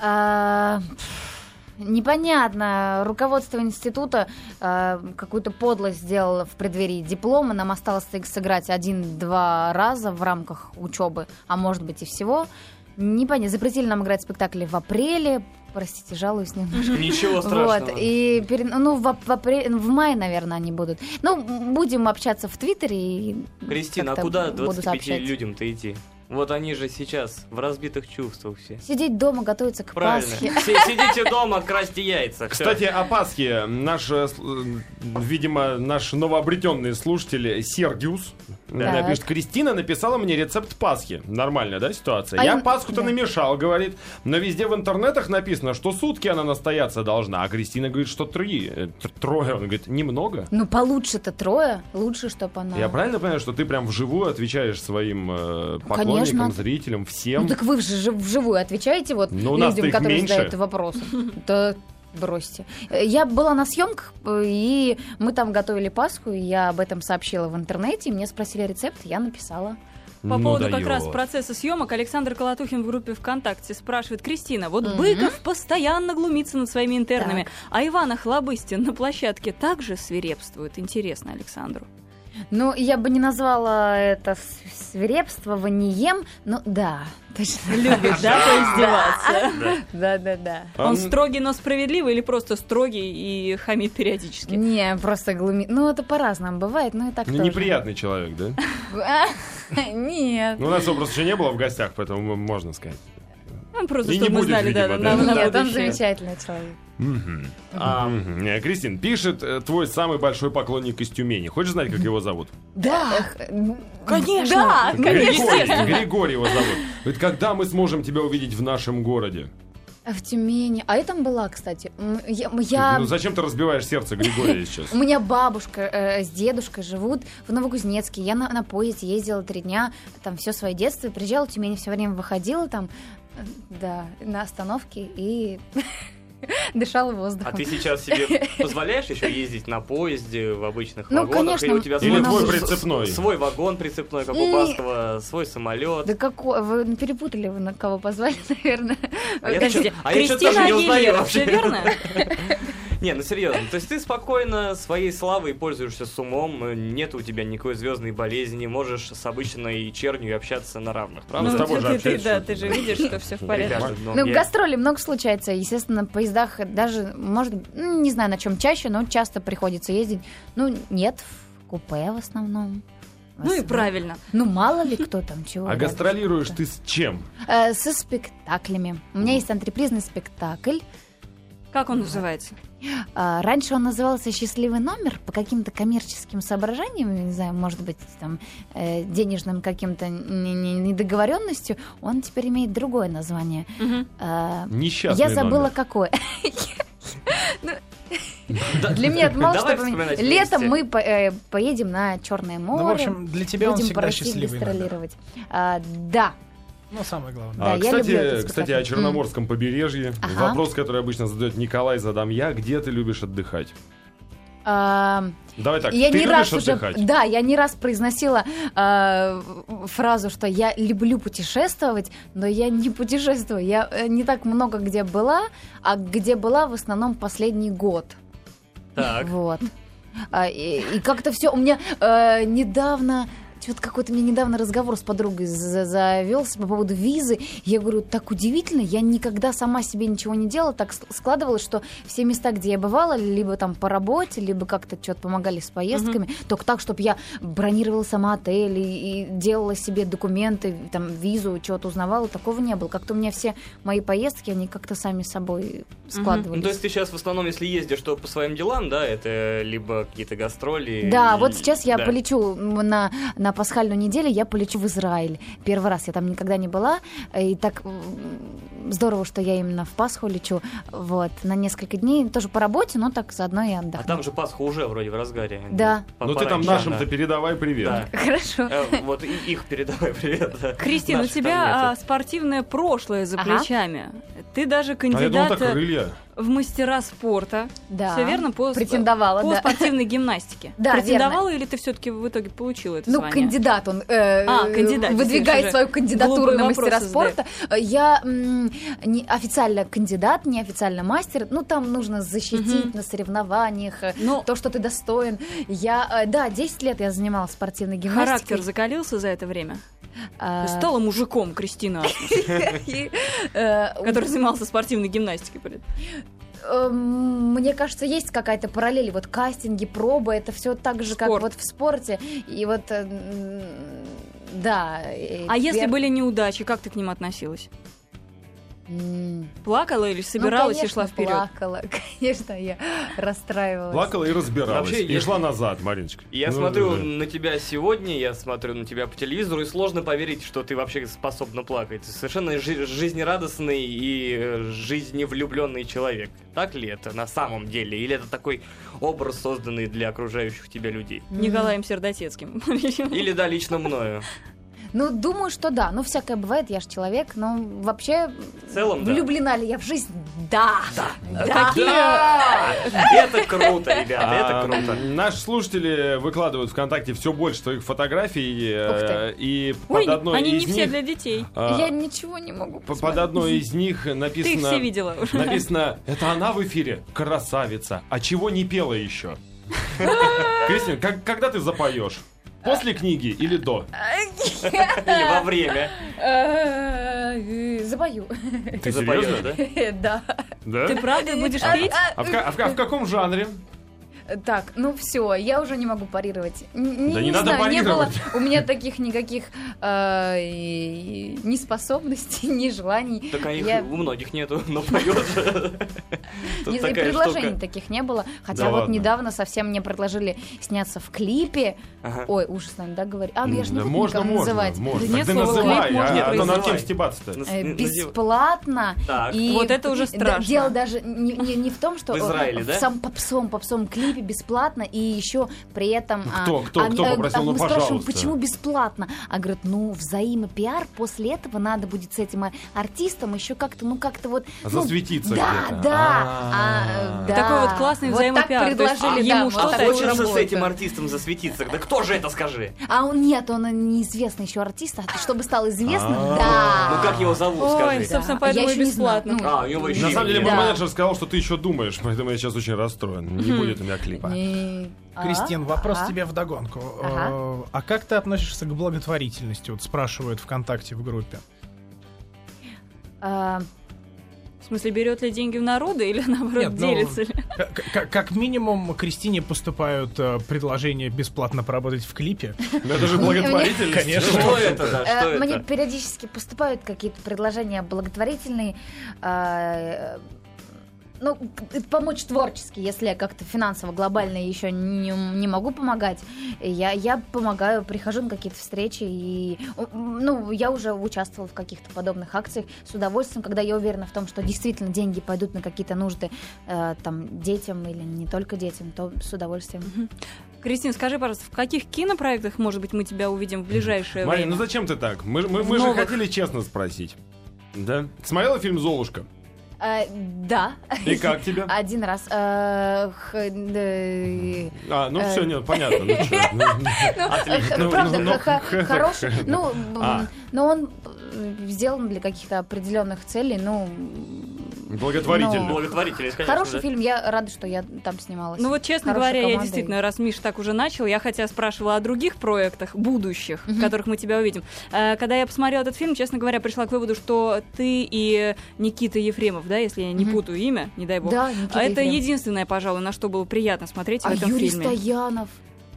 Speaker 3: А, пф, Непонятно. Руководство института а, какую-то подлость сделало в преддверии диплома. Нам осталось их сыграть один-два раза в рамках учебы, а может быть и всего. Непонятно. Запретили нам играть спектакли в апреле. Простите, жалуюсь немножко.
Speaker 5: Ничего страшного.
Speaker 3: Вот, и пере- ну, в, ап- в апре- в мае, наверное, они будут. Ну, будем общаться в Твиттере и
Speaker 5: Кристина, а
Speaker 3: как-то
Speaker 5: куда
Speaker 3: буду
Speaker 5: 25
Speaker 3: сообщать.
Speaker 5: людям-то идти? Вот они же сейчас в разбитых чувствах все.
Speaker 3: Сидеть дома, готовиться к
Speaker 5: Правильно.
Speaker 3: Пасхе.
Speaker 5: Си- Сидите дома, красьте яйца. Всё.
Speaker 2: Кстати, о Пасхе. Наш, э, сл- э, видимо, наш новообретенный слушатель Сергиус э,
Speaker 3: Так.
Speaker 2: пишет, Кристина написала мне рецепт Пасхи. Нормальная, да, ситуация?
Speaker 3: А
Speaker 2: Я
Speaker 3: им-
Speaker 2: Пасху-то
Speaker 3: да.
Speaker 2: намешал, говорит, но везде в интернетах написано, что сутки она настояться должна, а Кристина говорит, что три, э, тр- трое. Он говорит, немного.
Speaker 3: Ну, получше-то трое. Лучше, чтобы она...
Speaker 2: Я правильно понимаю, что ты прям вживую отвечаешь своим э, поклонникам,
Speaker 3: Ну, конечно.
Speaker 2: зрителям, всем?
Speaker 3: Ну, так вы же жи- вживую отвечаете вот
Speaker 2: Ну, у нас-то
Speaker 3: людям,
Speaker 2: их
Speaker 3: которые
Speaker 2: меньше.
Speaker 3: задают вопросы. Да бросьте. Э, Я была на съемках, э, и мы там готовили Пасху, и я об этом сообщила в интернете, и мне спросили рецепт, я написала.
Speaker 4: По
Speaker 2: Ну,
Speaker 4: поводу как
Speaker 2: даёт.
Speaker 4: раз процесса съемок Александр Колотухин в группе ВКонтакте спрашивает Кристина, вот Быков постоянно глумится над своими интернами,
Speaker 3: Так.
Speaker 4: а Ивана Хлобыстин на площадке также свирепствует. Интересно Александру.
Speaker 3: Ну, я бы не назвала это с- свирепствованием, но да, точно.
Speaker 4: Любит, да, поиздеваться?
Speaker 3: Да-да-да.
Speaker 2: А,
Speaker 4: Он
Speaker 2: м,
Speaker 4: строгий, но справедливый или просто строгий и хамит периодически?
Speaker 3: Не, просто глуми. Ну, это по-разному бывает, но и так
Speaker 2: ну,
Speaker 3: тоже.
Speaker 2: неприятный человек, да?
Speaker 3: Нет.
Speaker 2: Ну, у нас его просто еще не было в гостях, поэтому мы- можно сказать.
Speaker 4: Ну, Просто,
Speaker 2: И не
Speaker 4: чтобы мы
Speaker 2: будет,
Speaker 4: знали, да,
Speaker 2: видимо,
Speaker 4: на-
Speaker 2: да.
Speaker 4: на
Speaker 3: Нет, он
Speaker 4: будущее.
Speaker 3: замечательный человек.
Speaker 5: А,
Speaker 2: Мгм. Э, Кристин, пишет э, твой самый большой поклонник из Тюмени. Хочешь знать, как его зовут?
Speaker 3: Да,
Speaker 4: Конечно.
Speaker 3: ну, Да,
Speaker 4: Ну, естественно.
Speaker 2: Григорий, Григорий его зовут. Говорит, когда мы сможем тебя увидеть в нашем городе?
Speaker 3: В Тюмени. А я там была, кстати. М, Я, м, я- Ну,
Speaker 2: Ну зачем ты разбиваешь сердце Григория сейчас?
Speaker 3: у меня бабушка э, с дедушкой живут в Новокузнецке. Я на, на поезде ездила три дня, там все свое детство. Приезжала в Тюмень, все время выходила там, э, да, на остановке и дышала
Speaker 5: А
Speaker 3: воздухом.
Speaker 5: ты сейчас себе позволяешь еще ездить на поезде в обычных
Speaker 3: Ну,
Speaker 5: вагонах?
Speaker 3: конечно.
Speaker 5: Или у тебя
Speaker 2: Или
Speaker 5: свой-
Speaker 2: твой
Speaker 5: с-
Speaker 2: прицепной?
Speaker 5: с- Свой вагон прицепной, как у
Speaker 3: И-
Speaker 5: Баскова, свой самолет.
Speaker 3: Да какой? Вы ну, перепутали, вы на кого позвали, наверное.
Speaker 5: А я
Speaker 4: Подождите,
Speaker 5: чё- а я чё тоже
Speaker 4: Кристина
Speaker 5: не узнаю
Speaker 4: Агилера,
Speaker 5: вообще.
Speaker 4: все верно?
Speaker 5: Не, ну серьезно, то есть ты спокойно своей славой пользуешься с умом, э, нет у тебя никакой звездной болезни, можешь с обычной чернью общаться на равных,
Speaker 2: Ну,
Speaker 5: правда?
Speaker 2: с тобой
Speaker 4: ты-
Speaker 2: же
Speaker 4: ты-
Speaker 2: общаешься,
Speaker 4: ты- Да,
Speaker 2: ты
Speaker 4: ты же
Speaker 2: знаешь.
Speaker 4: видишь, что все в порядке.
Speaker 5: Ребята,
Speaker 3: Ну,
Speaker 5: я-
Speaker 3: гастролей много случается, естественно, на поездах даже, может, ну, не знаю, на чем чаще, но часто приходится ездить. Ну, нет, в купе в основном. В
Speaker 4: Ну и
Speaker 3: основном.
Speaker 4: правильно.
Speaker 3: Ну, мало ли кто там чего.
Speaker 2: А
Speaker 3: да.
Speaker 2: гастролируешь ты с чем?
Speaker 3: Э, со спектаклями. У меня есть антрепризный спектакль.
Speaker 4: Как он называется?
Speaker 3: А, Раньше он назывался «Счастливый номер» по каким-то коммерческим соображениям, я не знаю, может быть, там, э, денежным каким-то не- не- недоговоренностью. Он теперь имеет другое название.
Speaker 4: Мгм.
Speaker 3: А,
Speaker 2: Несчастный
Speaker 3: Я забыла,
Speaker 2: номер.
Speaker 3: какое. Для меня это мало
Speaker 5: Давай
Speaker 3: что поменять.
Speaker 5: вспоминать
Speaker 3: Летом
Speaker 5: вместе.
Speaker 3: мы по- э, поедем на Черное
Speaker 6: Ну,
Speaker 3: море.
Speaker 6: в общем, для тебя он
Speaker 3: будем по
Speaker 6: всегда
Speaker 3: России
Speaker 6: счастливый. номер.
Speaker 3: гастролировать. А, да.
Speaker 6: Ну, самое главное.
Speaker 3: Да,
Speaker 2: А,
Speaker 3: я
Speaker 2: кстати,
Speaker 3: люблю этот
Speaker 2: кстати,
Speaker 3: спектакль.
Speaker 2: о Черноморском побережье.
Speaker 3: Ага.
Speaker 2: Вопрос, который обычно задает Николай, задам я. Где ты любишь отдыхать?
Speaker 3: А,
Speaker 2: Давай так,
Speaker 3: я
Speaker 2: ты
Speaker 3: не
Speaker 2: любишь
Speaker 3: раз уже,
Speaker 2: отдыхать?
Speaker 3: да, я не раз произносила э, фразу, что я люблю путешествовать, но я не путешествую. Я э, не так много где была, а где была в основном последний год.
Speaker 5: Так.
Speaker 3: Вот. А, и, и как-то все. У меня э, недавно. Что-то какой-то мне недавно разговор с подругой за- завелся по поводу визы. Я говорю, так удивительно, я никогда сама себе ничего не делала. Так с- складывалось, что все места, где я бывала, либо там по работе, либо как-то что-то помогали с поездками, только так, чтобы я бронировала сама отель и, и делала себе документы, там визу, что-то узнавала, такого не было. Как-то у меня все мои поездки, они как-то сами собой складывались.
Speaker 5: Ну, то есть ты сейчас в основном, если ездишь, то по своим делам, да, это либо какие-то гастроли.
Speaker 3: Да,
Speaker 5: и-
Speaker 3: вот сейчас я
Speaker 5: да.
Speaker 3: полечу м, на, на пасхальную неделю, я полечу в Израиль. Первый раз я там никогда не была, э, и так м, здорово, что я именно в Пасху лечу, вот, на несколько дней, тоже по работе, но так заодно и
Speaker 5: А
Speaker 3: отдохну.
Speaker 4: ну.
Speaker 5: там же Пасха уже вроде в разгаре.
Speaker 3: Да.
Speaker 5: По-
Speaker 2: Ну ты там
Speaker 5: пораньше,
Speaker 2: нашим-то
Speaker 5: да.
Speaker 2: передавай привет. А
Speaker 5: Да.
Speaker 3: Хорошо.
Speaker 5: Э, Вот и- их передавай привет. да.
Speaker 4: Кристина, у
Speaker 5: Наших там
Speaker 4: тебя а,
Speaker 5: нет.
Speaker 4: спортивное прошлое за
Speaker 3: Ага.
Speaker 4: плечами. Ты даже
Speaker 2: А я думал,
Speaker 4: кандидат
Speaker 2: так
Speaker 4: э,
Speaker 2: крылья.
Speaker 4: в мастера спорта.
Speaker 3: Да.
Speaker 4: Все верно? По,
Speaker 3: Претендовала,
Speaker 4: по
Speaker 3: да.
Speaker 4: спортивной гимнастике.
Speaker 3: Да,
Speaker 4: Претендовала или ты все-таки в итоге получила это
Speaker 3: Ну,
Speaker 4: звание?
Speaker 3: кандидат он э,
Speaker 4: А,
Speaker 3: э,
Speaker 4: кандидат,
Speaker 3: выдвигает
Speaker 4: уже
Speaker 3: свою кандидатуру
Speaker 4: глупые
Speaker 3: на
Speaker 4: вопросы
Speaker 3: мастера спорта. Э, Я м, не, официально кандидат, не официально мастер. Ну, там нужно защитить
Speaker 4: Мгм.
Speaker 3: на соревнованиях э,
Speaker 4: Ну,
Speaker 3: то, что ты достоин. Я, э, да, 10 лет я занималась спортивной гимнастикой.
Speaker 4: характер закалился за это время.
Speaker 3: А,
Speaker 4: Ты стала мужиком, Кристина,
Speaker 3: и, э,
Speaker 4: который занимался спортивной гимнастикой. блин.
Speaker 3: эм, Мне кажется, есть какая-то параллель. Вот кастинги, пробы, это все так же, как
Speaker 4: Спорт.
Speaker 3: вот в спорте. И вот, э, м, да. э,
Speaker 4: А если
Speaker 3: теперь-
Speaker 4: были неудачи, как ты к ним относилась?
Speaker 3: М.
Speaker 4: Плакала или
Speaker 3: Ну,
Speaker 4: собиралась и
Speaker 3: конечно,
Speaker 4: шла вперед?
Speaker 3: плакала, конечно, я расстраивалась.
Speaker 2: Плакала и разбиралась.
Speaker 5: Вообще,
Speaker 2: и
Speaker 5: я-
Speaker 2: шла назад, Мариночка.
Speaker 5: Я
Speaker 2: Ну, да.
Speaker 5: смотрю на тебя сегодня, я смотрю на тебя по телевизору, и сложно поверить, что ты вообще способна плакать. Ты Совершенно жи- жизнерадостный и э, жизневлюбленный человек. Так ли это на самом деле? Или это такой образ, созданный для окружающих тебя людей?
Speaker 3: М.
Speaker 4: Николаем Сердотецким.
Speaker 5: Или да, лично мною.
Speaker 3: Ну, думаю, что да. Ну, всякое бывает, я же человек. Но вообще,
Speaker 5: В целом, да.
Speaker 3: влюблена ли я в жизнь? Да.
Speaker 5: Да! Это круто, ребята, это
Speaker 2: А,
Speaker 5: круто.
Speaker 2: Наши слушатели выкладывают ВКонтакте все больше своих фотографий. э, И
Speaker 4: Ой,
Speaker 2: под одной
Speaker 4: они
Speaker 2: из
Speaker 4: не все
Speaker 2: них,
Speaker 4: для детей.
Speaker 2: а,
Speaker 3: Я ничего не могу
Speaker 2: п-
Speaker 3: посмотреть.
Speaker 2: Под одной из них
Speaker 4: Ты их все
Speaker 2: написано...
Speaker 4: видела уже.
Speaker 2: Написано, это она в эфире, красавица, а чего не пела еще? Кристина, как- когда ты запоешь? После книги или до? А,
Speaker 5: Или во время.
Speaker 3: Э, Запою.
Speaker 2: Ты
Speaker 5: запоешь,
Speaker 2: серьезно?
Speaker 5: да?
Speaker 3: Да.
Speaker 2: Да?
Speaker 4: Ты правда будешь петь?
Speaker 2: А в, ка- а в ка- в каком жанре?
Speaker 3: Так, ну все, я уже не могу парировать. Н-
Speaker 2: Да не надо
Speaker 3: знаю, не было
Speaker 2: парировать.
Speaker 3: у меня таких никаких э, и- и ни способностей, ни желаний.
Speaker 5: Так а их
Speaker 3: Я-
Speaker 5: у многих нету, но поет же.
Speaker 3: Не-
Speaker 5: Тут
Speaker 3: и
Speaker 5: такая
Speaker 3: предложений
Speaker 5: штука.
Speaker 3: таких не было. Хотя
Speaker 2: Да
Speaker 3: вот
Speaker 2: ладно.
Speaker 3: недавно совсем мне предложили сняться в клипе.
Speaker 5: Ага.
Speaker 3: Ой, ужасно, да, говорю. А, ну я же не
Speaker 2: Да
Speaker 3: буду
Speaker 2: можно,
Speaker 3: никого
Speaker 2: можно,
Speaker 3: называть.
Speaker 2: можно.
Speaker 4: Да
Speaker 2: Так
Speaker 4: нет
Speaker 2: ты
Speaker 4: слова
Speaker 2: называй,
Speaker 4: «клип»
Speaker 2: а, а
Speaker 4: можно
Speaker 2: то над кем
Speaker 5: произносить.
Speaker 2: стебаться-то?
Speaker 5: Нас-
Speaker 3: Э,
Speaker 5: на- назив-
Speaker 3: Бесплатно.
Speaker 5: Ну, Так.
Speaker 3: И
Speaker 4: Вот это уже
Speaker 3: да,
Speaker 4: страшно.
Speaker 3: дело даже не, не- не в том, что
Speaker 5: В Израиле,
Speaker 3: э, в
Speaker 5: да?
Speaker 3: самом попсом, попсом клипе бесплатно, и еще при этом... а,
Speaker 2: Ну, Кто, кто,
Speaker 3: а,
Speaker 2: кто
Speaker 3: а,
Speaker 2: попросил?
Speaker 3: а
Speaker 2: Ну,
Speaker 3: мы спрашиваем,
Speaker 2: пожалуйста.
Speaker 3: почему бесплатно? А говорят, ну, взаимопиар, после этого надо будет с этим а, артистом еще как-то, ну, как-то вот... ну,
Speaker 2: Засветиться
Speaker 3: Да,
Speaker 2: где-то.
Speaker 3: да,
Speaker 2: А.
Speaker 3: а,
Speaker 4: И
Speaker 3: да.
Speaker 4: такой вот классный
Speaker 3: Вот так
Speaker 4: взаимопиар, то есть
Speaker 3: предложили,
Speaker 4: ему
Speaker 3: да, вот
Speaker 4: что-то
Speaker 3: такой вот
Speaker 5: Хочется с
Speaker 3: работа.
Speaker 5: этим артистом засветиться. Да кто же это, скажи? Ну,
Speaker 3: А он нет, он неизвестный еще артист, а чтобы стал известным,
Speaker 2: А.
Speaker 3: да.
Speaker 5: Ну как его зовут,
Speaker 4: Ой,
Speaker 5: скажи?
Speaker 4: собственно,
Speaker 3: Да.
Speaker 4: поэтому
Speaker 3: Я
Speaker 4: и
Speaker 3: ещё не знаю.
Speaker 4: бесплатно.
Speaker 3: Ну,
Speaker 5: А, у него еще
Speaker 2: На самом деле,
Speaker 5: имя.
Speaker 2: мой
Speaker 3: Да.
Speaker 2: менеджер сказал, что ты еще думаешь, поэтому я сейчас очень расстроен. Не будет у меня клипа.
Speaker 3: Не- А?
Speaker 6: Кристин, вопрос
Speaker 3: А?
Speaker 6: тебе вдогонку.
Speaker 3: Ага.
Speaker 6: Э, А как ты относишься к благотворительности? Вот спрашивают ВКонтакте в группе.
Speaker 3: А,
Speaker 4: В смысле, берет ли деньги в народы или наоборот
Speaker 6: Нет, ну,
Speaker 4: делится ли?
Speaker 6: К- к- Как, минимум, Кристине поступают э, предложения бесплатно поработать в клипе. А
Speaker 2: Но это же благотворительность.
Speaker 5: Что это, да,
Speaker 3: Э,
Speaker 5: А что
Speaker 3: Мне
Speaker 5: это?
Speaker 3: периодически поступают какие-то предложения благотворительные. а, э, ну, к- помочь творчески, если я как-то финансово, глобально еще не, не могу помогать, я, я помогаю, прихожу на какие-то встречи, и, ну, я уже участвовала в каких-то подобных акциях с удовольствием, когда я уверена в том, что действительно деньги пойдут на какие-то нужды э, там детям или не только детям, то с удовольствием.
Speaker 4: Кристин, скажи, пожалуйста, в каких кинопроектах, может быть, мы тебя увидим в ближайшее
Speaker 2: Марин, ну
Speaker 4: время?
Speaker 2: зачем ты так? Мы, ж- мы, мы же
Speaker 4: Новых.
Speaker 2: хотели честно спросить. Да? Смотрела фильм «Золушка»?
Speaker 3: Э, да.
Speaker 2: И как тебе?
Speaker 3: Один раз. э, х- э,
Speaker 2: А, ну
Speaker 3: э.
Speaker 2: все, нет, понятно. ну чё, ну,
Speaker 3: Ну,
Speaker 5: Отлично.
Speaker 3: э,
Speaker 2: Ну,
Speaker 3: Правда,
Speaker 2: ну, ну,
Speaker 3: х- х- хороший. Ну,
Speaker 2: А.
Speaker 3: м, но он э, сделан для каких-то определенных целей. Ну,
Speaker 2: Благотворительно.
Speaker 3: Ну,
Speaker 5: Благотворительность, конечно.
Speaker 3: хороший
Speaker 5: да.
Speaker 3: фильм. Я рада, что я там снималась.
Speaker 4: Ну вот, честно
Speaker 3: Хорошая
Speaker 4: говоря, я
Speaker 3: команда.
Speaker 4: действительно, раз Миша так уже начал, я хотя спрашивала о других проектах будущих, в которых мы тебя увидим. Э, Когда я посмотрела этот фильм, честно говоря, пришла к выводу, что ты и Никита Ефремов, да, если я не
Speaker 3: Мгм.
Speaker 4: путаю имя, не дай бог. А
Speaker 3: Да, Никита
Speaker 4: Это
Speaker 3: Ефремов.
Speaker 4: единственное, пожалуй, на что было приятно смотреть
Speaker 3: А
Speaker 4: в этом
Speaker 3: Юрий
Speaker 4: фильме.
Speaker 3: Стоянов.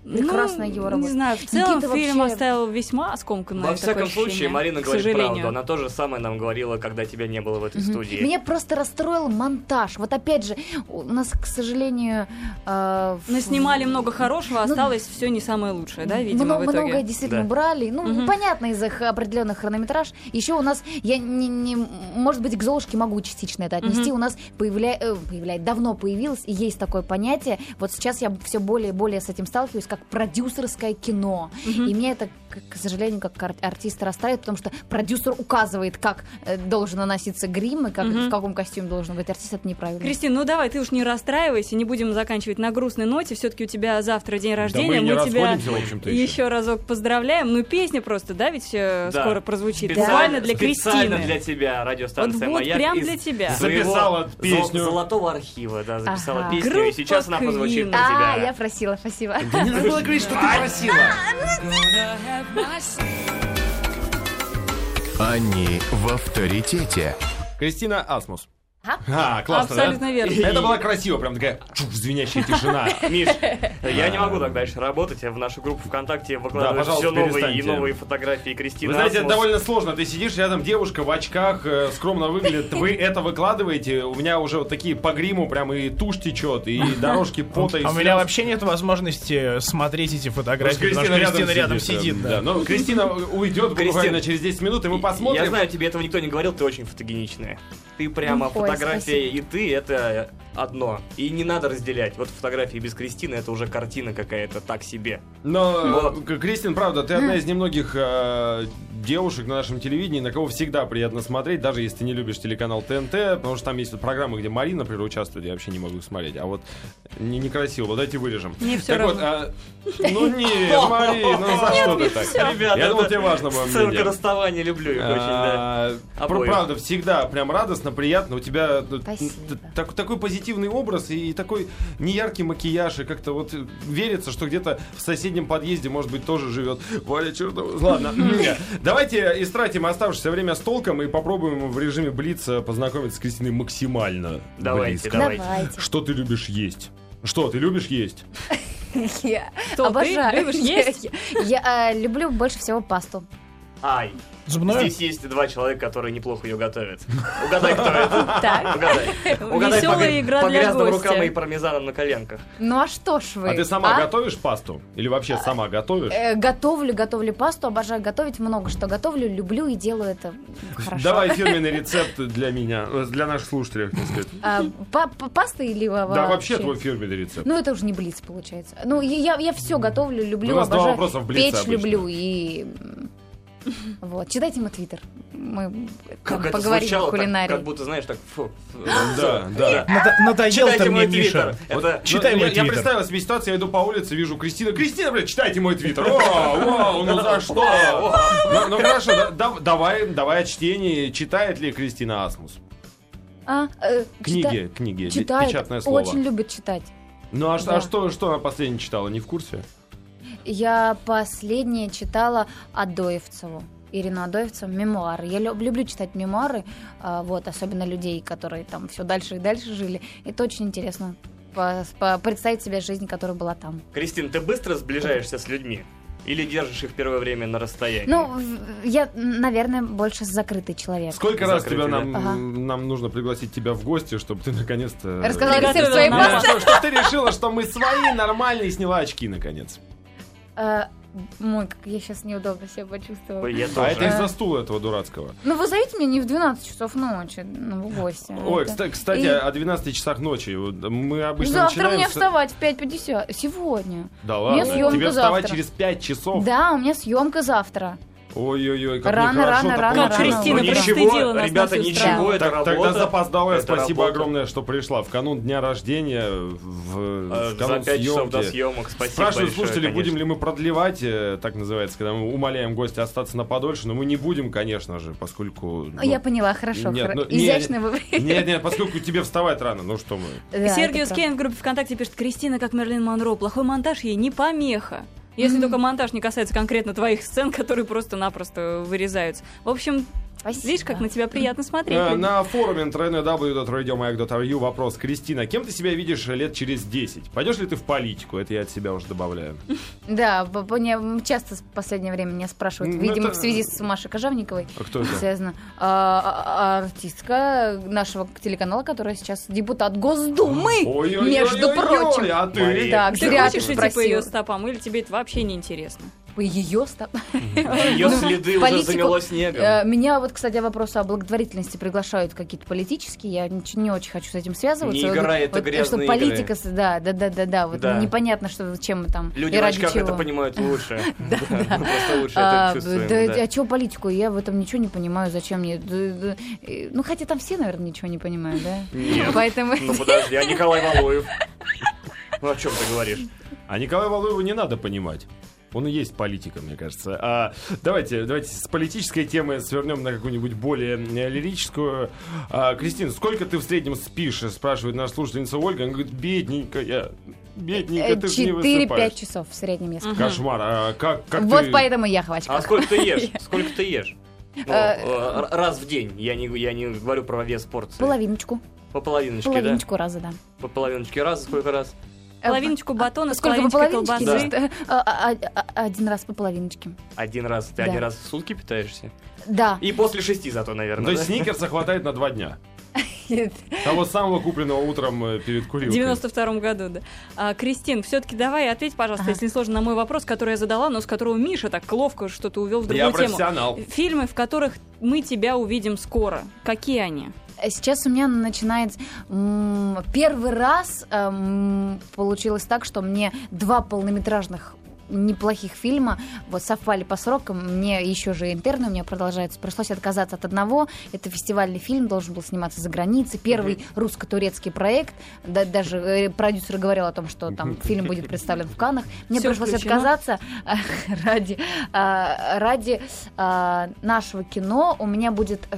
Speaker 4: Ну,
Speaker 3: Прекрасно Юра.
Speaker 4: Не знаю, в целом
Speaker 3: Никита
Speaker 4: фильм
Speaker 3: вообще-
Speaker 4: оставил весьма скомканное
Speaker 5: Во всяком
Speaker 4: такое ощущение,
Speaker 5: случае, Марина
Speaker 4: к
Speaker 5: говорит
Speaker 4: сожалению.
Speaker 5: правду. Она то же самое нам говорила, когда тебя не было в этой студии.
Speaker 3: Меня просто расстроил монтаж. Вот опять же, у нас, к сожалению... э, в-
Speaker 4: Мы снимали много хорошего, осталось все не самое лучшее, да, видимо,
Speaker 3: Ну, Мно-
Speaker 4: в итоге.
Speaker 3: многое действительно
Speaker 5: Да.
Speaker 3: брали. Ну,
Speaker 4: Мгм.
Speaker 3: понятно, из их определенных хронометраж. Еще у нас, я не, не- может быть, к Золушке могу частично это отнести. У нас появля, э, появляет, давно появилось, и есть такое понятие. Вот сейчас я все более и более с этим сталкиваюсь, как продюсерское кино. И мне это, к к сожалению, как ар- артиста расстраивает, потому что продюсер указывает, как э, должен наноситься грим и как, в каком костюме должен быть артист. Это неправильно.
Speaker 4: Кристина, ну давай, ты уж не расстраивайся, не будем заканчивать на грустной ноте. Все-таки у тебя завтра день
Speaker 2: Да
Speaker 4: рождения,
Speaker 2: мы не
Speaker 4: тебя
Speaker 2: расходимся, в общем-то, еще.
Speaker 4: еще разок поздравляем. Ну песня просто, да, ведь э,
Speaker 5: Да.
Speaker 4: скоро прозвучит.
Speaker 5: Специально-
Speaker 4: Буквально для
Speaker 5: Специально
Speaker 4: Кристины.
Speaker 5: для тебя радиостанция
Speaker 4: Вот- вот
Speaker 5: «Маяк»
Speaker 4: прям
Speaker 5: из
Speaker 4: для тебя.
Speaker 5: своего
Speaker 2: Записала
Speaker 5: зо-
Speaker 2: песню.
Speaker 5: Золотого архива, да, записала
Speaker 3: Ага.
Speaker 5: песню, и
Speaker 4: Группа
Speaker 5: сейчас она прозвучит
Speaker 4: Queen.
Speaker 5: для тебя.
Speaker 3: А, я просила, спасибо.
Speaker 2: Не надо было говорить, что ты просила.
Speaker 1: Они в авторитете.
Speaker 2: Кристина Асмус.
Speaker 3: Ага.
Speaker 2: А, классно,
Speaker 4: Абсолютно
Speaker 2: да?
Speaker 4: верно.
Speaker 2: Это была красиво, прям такая чуф, звенящая тишина.
Speaker 5: Миш, я не могу так дальше работать. В нашу группу ВКонтакте выкладывают
Speaker 2: пожалуйста,
Speaker 5: все новые и
Speaker 2: перестаньте.
Speaker 5: новые фотографии Кристины.
Speaker 2: Вы знаете, это
Speaker 5: Асмус.
Speaker 2: довольно сложно. Ты сидишь рядом, девушка в очках, э, скромно выглядит. Вы это выкладываете. У меня уже вот такие по гриму прям и тушь течет, и дорожки пота, и
Speaker 6: А у меня
Speaker 2: слез.
Speaker 6: вообще нет возможности смотреть эти
Speaker 2: Потому
Speaker 6: фотографии,
Speaker 2: что
Speaker 6: потому что Кристина рядом
Speaker 2: э,
Speaker 6: сидит.
Speaker 2: да.
Speaker 6: да.
Speaker 2: Но Кристина уйдет
Speaker 5: Кристин,
Speaker 2: буквально через 10 минут, и мы посмотрим.
Speaker 5: Я знаю, тебе этого никто не говорил, ты очень фотогеничная. Ты прямо
Speaker 3: Ой,
Speaker 5: фотография и ты это одно. И не надо разделять. Вот фотографии без Кристины это уже картина какая-то так себе.
Speaker 2: Но,
Speaker 5: Вот.
Speaker 2: э, Кристин, правда, ты одна из немногих э, девушек на нашем телевидении, на кого всегда приятно смотреть, даже если ты не любишь телеканал ТНТ, потому что там есть вот программы, где Марина, например, участвует, я вообще не могу их смотреть. А вот не, некрасиво, вот давайте вырежем.
Speaker 4: Мне всё
Speaker 2: так вот, а, ну нет, Марина, ну за что ты так?
Speaker 5: Ребята,
Speaker 2: я думал,
Speaker 5: это
Speaker 2: тебе важно было
Speaker 5: Сценка
Speaker 2: мнение.
Speaker 5: расставания люблю их очень, да.
Speaker 2: А, про-
Speaker 5: Обоих.
Speaker 2: Правда, всегда прям радостно, приятно. У тебя ну,
Speaker 3: Спасибо.
Speaker 2: т- так- такой позитивный образ и такой неяркий макияж. И как-то вот э, верится, что где-то в соседнем подъезде, может быть, тоже живет Валя Чернова. Ладно, давайте истратим оставшееся время с толком и попробуем в режиме Блица познакомиться с Кристиной максимально
Speaker 5: Давайте,
Speaker 2: близко.
Speaker 5: давайте.
Speaker 3: Давайте.
Speaker 2: Что ты любишь есть? Что ты любишь есть?
Speaker 3: Я
Speaker 4: Что, ты
Speaker 3: обожаю.
Speaker 4: любишь есть?
Speaker 3: Я- Я э, люблю больше всего пасту.
Speaker 2: А.
Speaker 5: Ай,
Speaker 4: Ну
Speaker 6: Зубное?
Speaker 5: здесь есть два человека, которые неплохо ее готовят. Угадай, кто это.
Speaker 4: Так.
Speaker 5: Угадай. Угадай по
Speaker 4: Веселая
Speaker 5: гря-
Speaker 4: игра
Speaker 5: по
Speaker 4: для
Speaker 5: грязным
Speaker 4: гостя.
Speaker 5: рукам и пармезаном на коленках.
Speaker 3: Ну а что ж вы?
Speaker 2: А ты сама готовишь пасту? Или вообще сама готовишь?
Speaker 3: Э, Готовлю, готовлю пасту, обожаю готовить, много что готовлю, люблю и делаю это хорошо.
Speaker 2: Давай фирменный рецепт для меня, э, для наших слушателей, так сказать.
Speaker 3: А, па- па- Паста или во- вообще?
Speaker 2: Да, вообще твой фирменный рецепт.
Speaker 3: Ну это уже не блиц получается. Ну я- я я все готовлю,
Speaker 2: Ну,
Speaker 3: люблю,
Speaker 2: у нас два
Speaker 3: обожаю.
Speaker 2: вопроса в блице
Speaker 3: Печь
Speaker 2: обычно.
Speaker 3: люблю и... м, Вот, читайте мой твиттер. Мы там
Speaker 5: Как это
Speaker 3: поговорим
Speaker 5: звучало,
Speaker 3: о
Speaker 5: так-
Speaker 3: кулинарии.
Speaker 5: как будто, знаешь, так... фу, фу.
Speaker 3: Ну,
Speaker 2: Да, да.
Speaker 6: Надо- Надоел
Speaker 5: Читайте
Speaker 6: ты
Speaker 5: мой
Speaker 6: мне,
Speaker 5: твиттер.
Speaker 6: Миша.
Speaker 5: Это...
Speaker 2: Ну,
Speaker 6: Читай мой
Speaker 2: я, я
Speaker 6: твиттер.
Speaker 2: представил себе ситуацию, я иду по улице, вижу Кристина. Кристина, блядь, читайте мой твиттер. О, вау, ну за что? Ну, ну хорошо, да- да- давай, давай о чтении. Читает ли Кристина Асмус?
Speaker 3: А, э,
Speaker 2: Книги,
Speaker 3: чита-
Speaker 2: книги,
Speaker 3: Читает,
Speaker 2: печатное слово.
Speaker 3: очень любит читать.
Speaker 2: Ну а, ш- а
Speaker 3: да.
Speaker 2: что, что она последнее читала, не в курсе?
Speaker 3: Я последнее читала Адоевцеву. Ирину Адоевцеву мемуары. Я лю- люблю читать мемуары, а, вот, особенно людей, которые там все дальше и дальше жили. Это очень интересно. по- по- представить себе жизнь, которая была там.
Speaker 5: Кристин, ты быстро сближаешься с людьми? Или держишь их в первое время на расстоянии?
Speaker 3: Ну, в- я, наверное, больше закрытый человек.
Speaker 2: Сколько раз
Speaker 5: Закрытый,
Speaker 2: тебя
Speaker 5: да?
Speaker 2: нам,
Speaker 3: Ага.
Speaker 2: нам нужно пригласить тебя в гости, чтобы ты наконец-то...
Speaker 3: Рассказала рецепт
Speaker 4: Приготовила
Speaker 3: своей
Speaker 4: нам
Speaker 3: пасты.
Speaker 2: Чтобы ты решила, что мы свои нормальные сняла очки, наконец.
Speaker 3: Э, Мой, как я сейчас неудобно себя почувствовала.
Speaker 5: Ой, я
Speaker 2: А
Speaker 5: тоже.
Speaker 2: это из-за стула этого дурацкого.
Speaker 3: Ну, вы зовите меня не в 12 часов ночи, ну, в гости.
Speaker 2: Ой,
Speaker 3: Это-
Speaker 2: кста- кстати,
Speaker 3: И-
Speaker 2: о 12 часах ночи. Вот Мы обычно
Speaker 3: Завтра
Speaker 2: начинаем...
Speaker 3: мне
Speaker 2: с-
Speaker 3: вставать в 5.50. Сегодня.
Speaker 2: Да
Speaker 3: Мне
Speaker 2: ладно,
Speaker 3: съемка
Speaker 2: тебе вставать
Speaker 3: завтра.
Speaker 2: через 5 часов.
Speaker 3: Да, у меня съемка завтра.
Speaker 2: Ой-ой-ой, как
Speaker 3: Рано,
Speaker 2: нехорошо
Speaker 3: рано,
Speaker 2: так
Speaker 3: рано,
Speaker 2: получилось.
Speaker 3: рано.
Speaker 4: Кристина,
Speaker 2: Ну, ничего.
Speaker 4: прости. пристыдила нас
Speaker 5: ребята,
Speaker 4: на всю страну.
Speaker 5: ничего, это
Speaker 2: Так-
Speaker 5: работа.
Speaker 2: Тогда запоздалое
Speaker 5: Это
Speaker 2: спасибо
Speaker 5: работа.
Speaker 2: огромное, что пришла. В канун дня рождения, в,
Speaker 5: Э,
Speaker 2: в
Speaker 5: За
Speaker 2: канун
Speaker 5: 5 часов до
Speaker 2: съемки.
Speaker 5: съемок, спасибо
Speaker 2: Спрашивают
Speaker 5: большое,
Speaker 2: слушатели,
Speaker 5: конечно.
Speaker 2: будем ли мы продлевать, э, так называется, когда мы умоляем гостя остаться на подольше, но мы не будем, конечно же, поскольку... ну,
Speaker 3: А Я поняла, хорошо.
Speaker 2: нет,
Speaker 3: хоро-
Speaker 2: ну, не-
Speaker 3: Изящно вы.
Speaker 2: Нет, нет, поскольку тебе вставать рано, ну что мы.
Speaker 3: Да,
Speaker 4: Сергей
Speaker 3: это правда.
Speaker 4: Скейн в группе ВКонтакте пишет, Кристина как Мерлин Монро, плохой монтаж ей не помеха. Если только монтаж не касается конкретно твоих сцен, которые просто-напросто вырезаются. В общем,
Speaker 3: Спасибо.
Speaker 4: видишь, как на тебя приятно смотреть.
Speaker 5: ну,
Speaker 2: Э, На форуме а www.radiomayak.ru вопрос. Кристина, кем ты себя видишь лет через 10? Пойдешь ли ты в политику? Это я от себя уже добавляю.
Speaker 3: Да, б- б- мне часто в последнее время меня спрашивают,
Speaker 2: Ну,
Speaker 3: видимо,
Speaker 2: это-
Speaker 3: в связи с Машей Кожевниковой.
Speaker 2: А кто это?
Speaker 3: Связано. А, а- а- артистка нашего телеканала, которая сейчас депутат Госдумы,
Speaker 2: Ой-ой-ой-ой-ой,
Speaker 3: между прочим.
Speaker 2: а ты?
Speaker 3: Так,
Speaker 4: Ты
Speaker 3: зря ты
Speaker 4: хочешь идти по
Speaker 3: спросила.
Speaker 4: ее стопам, или тебе это вообще не интересно?
Speaker 3: По ее ста-
Speaker 5: Ее
Speaker 3: Ну,
Speaker 5: следы уже
Speaker 3: политику-
Speaker 5: замело снегом.
Speaker 3: Э, Меня вот, кстати, вопросы о благотворительности приглашают какие-то политические. Я нич- не очень хочу с этим связываться.
Speaker 5: Не
Speaker 3: Вот-
Speaker 5: игра, это
Speaker 3: вот, э, Что
Speaker 5: грязные
Speaker 3: политика, с- да, да, да, да, да. Вот
Speaker 5: Да.
Speaker 3: непонятно, что чем там и
Speaker 5: Люди в
Speaker 3: ради
Speaker 5: очках это
Speaker 3: чего.
Speaker 5: понимают лучше. Да, мы Просто лучше
Speaker 3: А, б-
Speaker 5: это чувствуем.
Speaker 3: да,
Speaker 5: да.
Speaker 3: а чего политику? Я в этом ничего не понимаю, зачем мне. Д- д- э, Ну, хотя там все, наверное, ничего не понимают, да?
Speaker 5: Нет.
Speaker 3: Поэтому.
Speaker 5: Ну подожди, а Николай Валуев? Ну о чем ты говоришь?
Speaker 2: А Николая Валуева не надо понимать. Он и есть политика, мне кажется. А, давайте, давайте с политической темы свернем на какую-нибудь более э, лирическую. А, Кристина, сколько ты в среднем спишь? Спрашивает наша слушательница Ольга. Она говорит, бедненькая, бедненькая, ты же не
Speaker 3: 4-5
Speaker 2: высыпаешь.
Speaker 3: часов в среднем я сплю.
Speaker 2: Кошмар. А как, как
Speaker 3: Вот
Speaker 2: ты-
Speaker 3: поэтому я в очках.
Speaker 5: А сколько ты ешь? Сколько ты ешь? Ну,
Speaker 3: Э,
Speaker 5: э, Раз в день. Я не, я не говорю про вес порции.
Speaker 3: Половиночку.
Speaker 5: По половиночке, да?
Speaker 3: Половиночку раза, да.
Speaker 5: По половиночке раз, сколько раз?
Speaker 3: Э,
Speaker 4: Половиночку батона, с
Speaker 3: Сколько по
Speaker 4: половиночкой
Speaker 3: половиночке?
Speaker 4: колбасы.
Speaker 3: Просто, э, а- а- а- Один раз по половиночке.
Speaker 5: Один раз. Ты
Speaker 3: Да. А.
Speaker 5: один раз в сутки питаешься?
Speaker 3: Да.
Speaker 5: И после шести зато, наверное.
Speaker 2: То есть
Speaker 5: да?
Speaker 2: сникерса хватает на два дня. Того самого купленного утром э, перед
Speaker 4: В
Speaker 2: курилкой.
Speaker 4: 92 году, да. А, Кристин, все-таки давай ответь, пожалуйста,
Speaker 3: Ага.
Speaker 4: если не сложно, на мой вопрос, который я задала, но с которого Миша так ловко что-то увел в другую
Speaker 2: Я
Speaker 4: тему.
Speaker 2: профессионал.
Speaker 4: Фильмы, в которых мы тебя увидим скоро. Какие они?
Speaker 3: Сейчас у меня начинает м, первый раз эм, получилось так, что мне два полнометражных неплохих фильма вот совпали по срокам. Мне еще же интерны у меня продолжаются. Пришлось отказаться от одного. Это фестивальный фильм, должен был сниматься за границей. Первый русско-турецкий проект. Да, даже э, продюсер говорил о том, что там фильм будет представлен в Каннах. Мне
Speaker 4: Всё
Speaker 3: пришлось
Speaker 4: включено.
Speaker 3: отказаться э, ради, э, ради э, нашего кино. У меня будет э,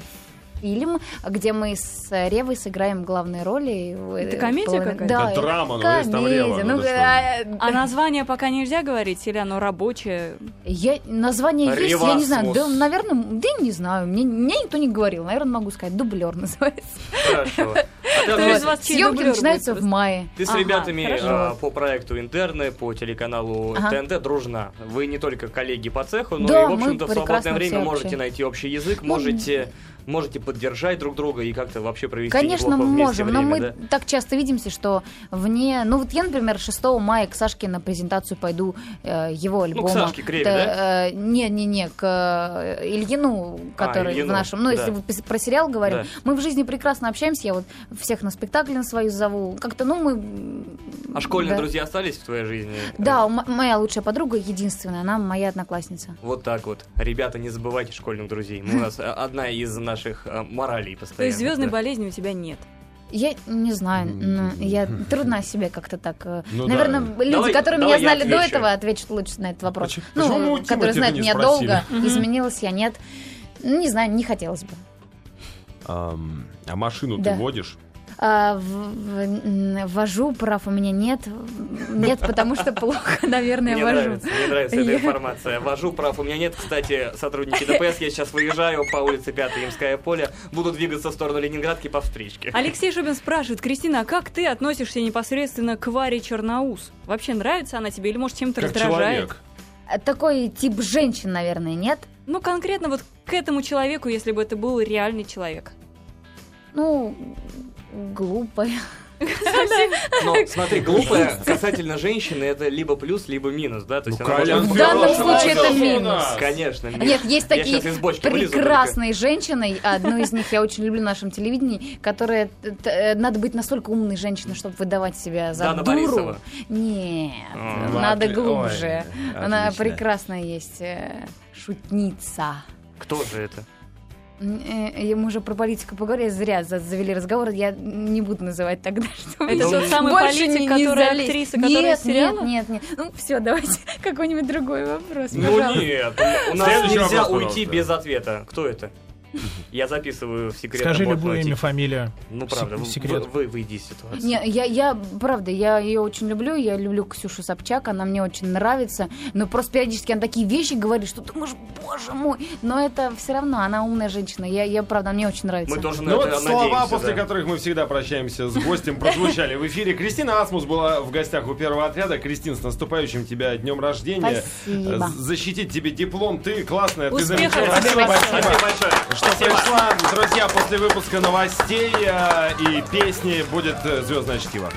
Speaker 3: фильм, где мы с Ревой сыграем главные роли. И, э,
Speaker 4: Это комедия
Speaker 3: половина-
Speaker 4: какая-то?
Speaker 3: Да,
Speaker 2: Да драма, ну,
Speaker 3: это
Speaker 2: есть там
Speaker 3: комедия.
Speaker 2: Рева, ну,
Speaker 3: Ну,
Speaker 2: ты что?
Speaker 3: э,
Speaker 4: А название пока нельзя говорить, или оно рабочее?
Speaker 3: я, название есть, я не знаю. Да,
Speaker 5: Ревасмус.
Speaker 3: наверное, да я не знаю. Мне, мне никто не говорил. Наверное, могу сказать. Дублер называется.
Speaker 5: Хорошо. А ты,
Speaker 4: Кто
Speaker 5: Андрей,
Speaker 4: из вас чей
Speaker 3: Съемки
Speaker 4: дублёр
Speaker 3: начинаются
Speaker 4: будет
Speaker 3: в мае.
Speaker 5: Ты с
Speaker 4: Ага,
Speaker 5: ребятами
Speaker 4: хорошо.
Speaker 5: э, по проекту интерны, по телеканалу
Speaker 3: Ага.
Speaker 5: ТНТ дружна. Вы не только коллеги по цеху, но
Speaker 3: Да,
Speaker 5: и, в
Speaker 3: мы
Speaker 5: общем-то, в
Speaker 3: прекрасно
Speaker 5: свободное время
Speaker 3: все
Speaker 5: можете
Speaker 3: вообще.
Speaker 5: найти общий язык,
Speaker 3: Ну,
Speaker 5: можете, можете поддержать друг друга и как-то вообще провести
Speaker 3: Конечно,
Speaker 5: неплохо
Speaker 3: мы
Speaker 5: вместе
Speaker 3: можем, но
Speaker 5: время,
Speaker 3: мы
Speaker 5: да?
Speaker 3: так часто видимся, что вне... Ну вот я, например, 6 мая к Сашке на презентацию пойду э, его альбома.
Speaker 5: Ну, Сашке Креве,
Speaker 3: да? э, Не-не-не, к э, Ильину, который
Speaker 5: А, Ильину,
Speaker 3: в нашем... Ну,
Speaker 5: да.
Speaker 3: если вы пис- про сериал говорим,
Speaker 5: Да.
Speaker 3: мы в жизни прекрасно общаемся, я вот всех на спектакли на свою зову. Как-то, ну, мы... м,
Speaker 5: А школьные
Speaker 3: да.
Speaker 5: друзья остались в твоей жизни?
Speaker 3: Да, м- моя лучшая подруга единственная, она моя одноклассница.
Speaker 5: Вот так вот. Ребята, не забывайте школьных друзей. Мы У нас э, одна из наших э, моралей
Speaker 4: То есть
Speaker 5: постоянно.
Speaker 4: звездной
Speaker 5: да.
Speaker 4: болезни у тебя нет.
Speaker 3: Я не знаю, но я трудно себе как-то так. э,
Speaker 2: Ну
Speaker 3: Наверное,
Speaker 2: да. А
Speaker 3: люди,
Speaker 5: Давай-
Speaker 3: которые
Speaker 5: давай
Speaker 3: меня
Speaker 5: я
Speaker 3: знали до
Speaker 5: отвечу.
Speaker 3: этого, отвечат лучше на этот вопрос. Ну,
Speaker 2: Почему- почему мы у Тимати
Speaker 3: которые
Speaker 2: это
Speaker 3: знают
Speaker 2: не
Speaker 3: меня
Speaker 2: спросили?
Speaker 3: долго, изменилась я, нет. Ну, Не знаю, не хотелось бы.
Speaker 2: Ам, А машину ты
Speaker 3: Да.
Speaker 2: водишь?
Speaker 3: А, в- в- м, вожу, прав у меня нет. Нет, потому что плохо, наверное,
Speaker 5: Мне
Speaker 3: вожу.
Speaker 5: нравится, мне нравится эта
Speaker 3: Я-
Speaker 5: информация. Вожу прав. У меня нет, кстати, сотрудники ДПС. Я сейчас выезжаю по улице 5 Ямское поле. Буду двигаться в сторону Ленинградки по встречке.
Speaker 4: Алексей Шубин спрашивает, Кристина, а как ты относишься непосредственно к Варе Черноус? Вообще нравится она тебе или, может, чем-то
Speaker 2: Как
Speaker 4: раздражает?
Speaker 2: человек.
Speaker 3: э, такой тип женщин, наверное, нет?
Speaker 4: Ну, конкретно вот к этому человеку, если бы это был реальный человек.
Speaker 3: Ну, глупая.
Speaker 5: Но смотри, глупая касательно женщины это либо плюс, либо минус, да? То есть она
Speaker 2: Ну, Колян
Speaker 5: может-
Speaker 3: В данном
Speaker 2: Фёдоров,
Speaker 3: случае это
Speaker 2: Шалазов у
Speaker 3: минус.
Speaker 2: нас.
Speaker 5: Конечно, минус.
Speaker 3: Нет, есть
Speaker 5: Я
Speaker 3: такие
Speaker 5: щас из бочки вылезу только.
Speaker 3: прекрасные женщины, одну из них я очень люблю на нашем телевидении, которые т- т- надо быть настолько умной женщиной, чтобы выдавать себя за
Speaker 5: Дана
Speaker 3: дуру.
Speaker 5: Борисова.
Speaker 3: Нет,
Speaker 5: А,
Speaker 3: надо
Speaker 2: отли-
Speaker 3: глубже.
Speaker 2: ой,
Speaker 3: Она
Speaker 2: отлично.
Speaker 3: прекрасная есть э, шутница.
Speaker 5: Кто же это?
Speaker 3: М, э, э, Мы уже про политику поговорили, зря за- завели разговор, я не буду называть тогда, что
Speaker 4: Это тот самый
Speaker 3: больше
Speaker 4: политик,
Speaker 3: не- не
Speaker 4: который
Speaker 3: залезть.
Speaker 4: актриса, которая
Speaker 3: нет,
Speaker 4: из сериала?
Speaker 3: Нет, нет, нет. Ну все, давайте какой-нибудь другой вопрос.
Speaker 5: Ну
Speaker 3: пожалуйста.
Speaker 5: нет, у нас
Speaker 2: Следующий
Speaker 5: нельзя
Speaker 2: вопрос,
Speaker 5: уйти
Speaker 2: пожалуйста.
Speaker 5: без ответа. Кто это? Я записываю в секретном
Speaker 6: Скажи любое
Speaker 5: блокноте.
Speaker 6: имя, фамилия.
Speaker 5: Ну
Speaker 6: в
Speaker 5: правда,
Speaker 6: сек-
Speaker 5: вы,
Speaker 6: в секрет.
Speaker 5: вы- вы выйди из ситуации.
Speaker 3: Не, я, я, правда, я ее очень люблю, я люблю Ксюшу Собчак, она мне очень нравится, но просто периодически она такие вещи говорит, что думаешь, боже мой, но это все равно, она умная женщина, я, я правда, мне очень нравится.
Speaker 5: Мы тоже на
Speaker 2: Ну
Speaker 5: это
Speaker 2: вот слова,
Speaker 5: надеемся,
Speaker 2: после
Speaker 5: да.
Speaker 2: которых мы всегда прощаемся с гостем, прозвучали в эфире. Кристина Асмус была в гостях у первого отряда. Кристин, с наступающим тебя днем рождения.
Speaker 3: Спасибо.
Speaker 2: Э, Защитить тебе диплом. Ты классная, ты
Speaker 4: Успехов
Speaker 2: замечательная.
Speaker 4: тебе,
Speaker 2: Спасибо,
Speaker 4: Вася.
Speaker 2: спасибо,
Speaker 5: Спасибо большое.
Speaker 2: что пришла. Друзья, после выпуска новостей э, и песни будет э, «Звездное чтиво».